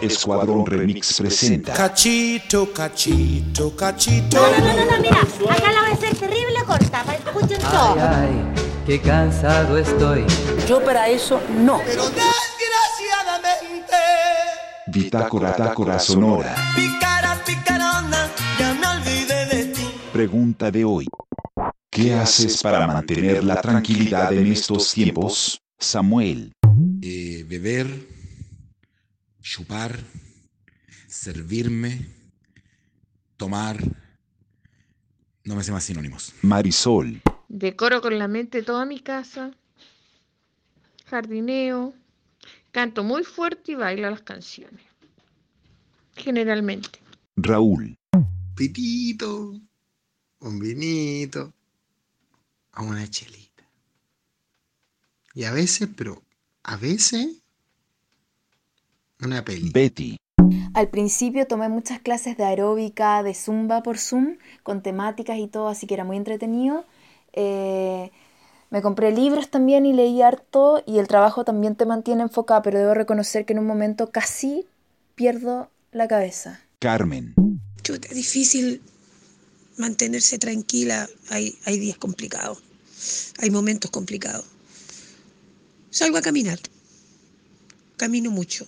Escuadrón Remix presenta. Cachito, cachito, cachito. No, no, no, no, no, mira, acá la voy a hacer terrible corta, para que escuchen todo. Ay, ay, qué cansado estoy. Yo para eso no. Pero desgraciadamente. Bitácora Tácora Sonora. Picara, picarona, ya me olvidé de ti. Pregunta de hoy. ¿Qué haces para mantener la tranquilidad en estos tiempos, Samuel? eh, beber, chupar, servirme, tomar. No me sé más sinónimos. Marisol. Decoro con la mente toda mi casa. Jardineo. Canto muy fuerte y bailo las canciones. Generalmente. Raúl. pitito, un vinito, a una chelita. Y a veces, pero a veces, una peli. Betty. Al principio tomé muchas clases de aeróbica, de zumba por Zoom, con temáticas y todo, así que era muy entretenido. Eh, me compré libros también y leí harto y el trabajo también te mantiene enfocada, pero debo reconocer que en un momento casi pierdo la cabeza. Carmen. Chuta, es difícil mantenerse tranquila. Hay, hay días complicados, hay momentos complicados. Salgo a caminar. Camino mucho.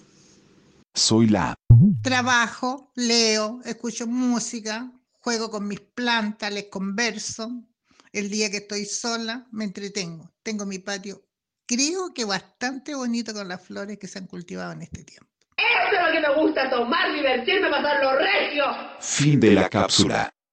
Soy la. Trabajo, leo, escucho música, juego con mis plantas, les converso. El día que estoy sola, me entretengo. Tengo mi patio, creo que bastante bonito con las flores que se han cultivado en este tiempo. Fin de la cápsula.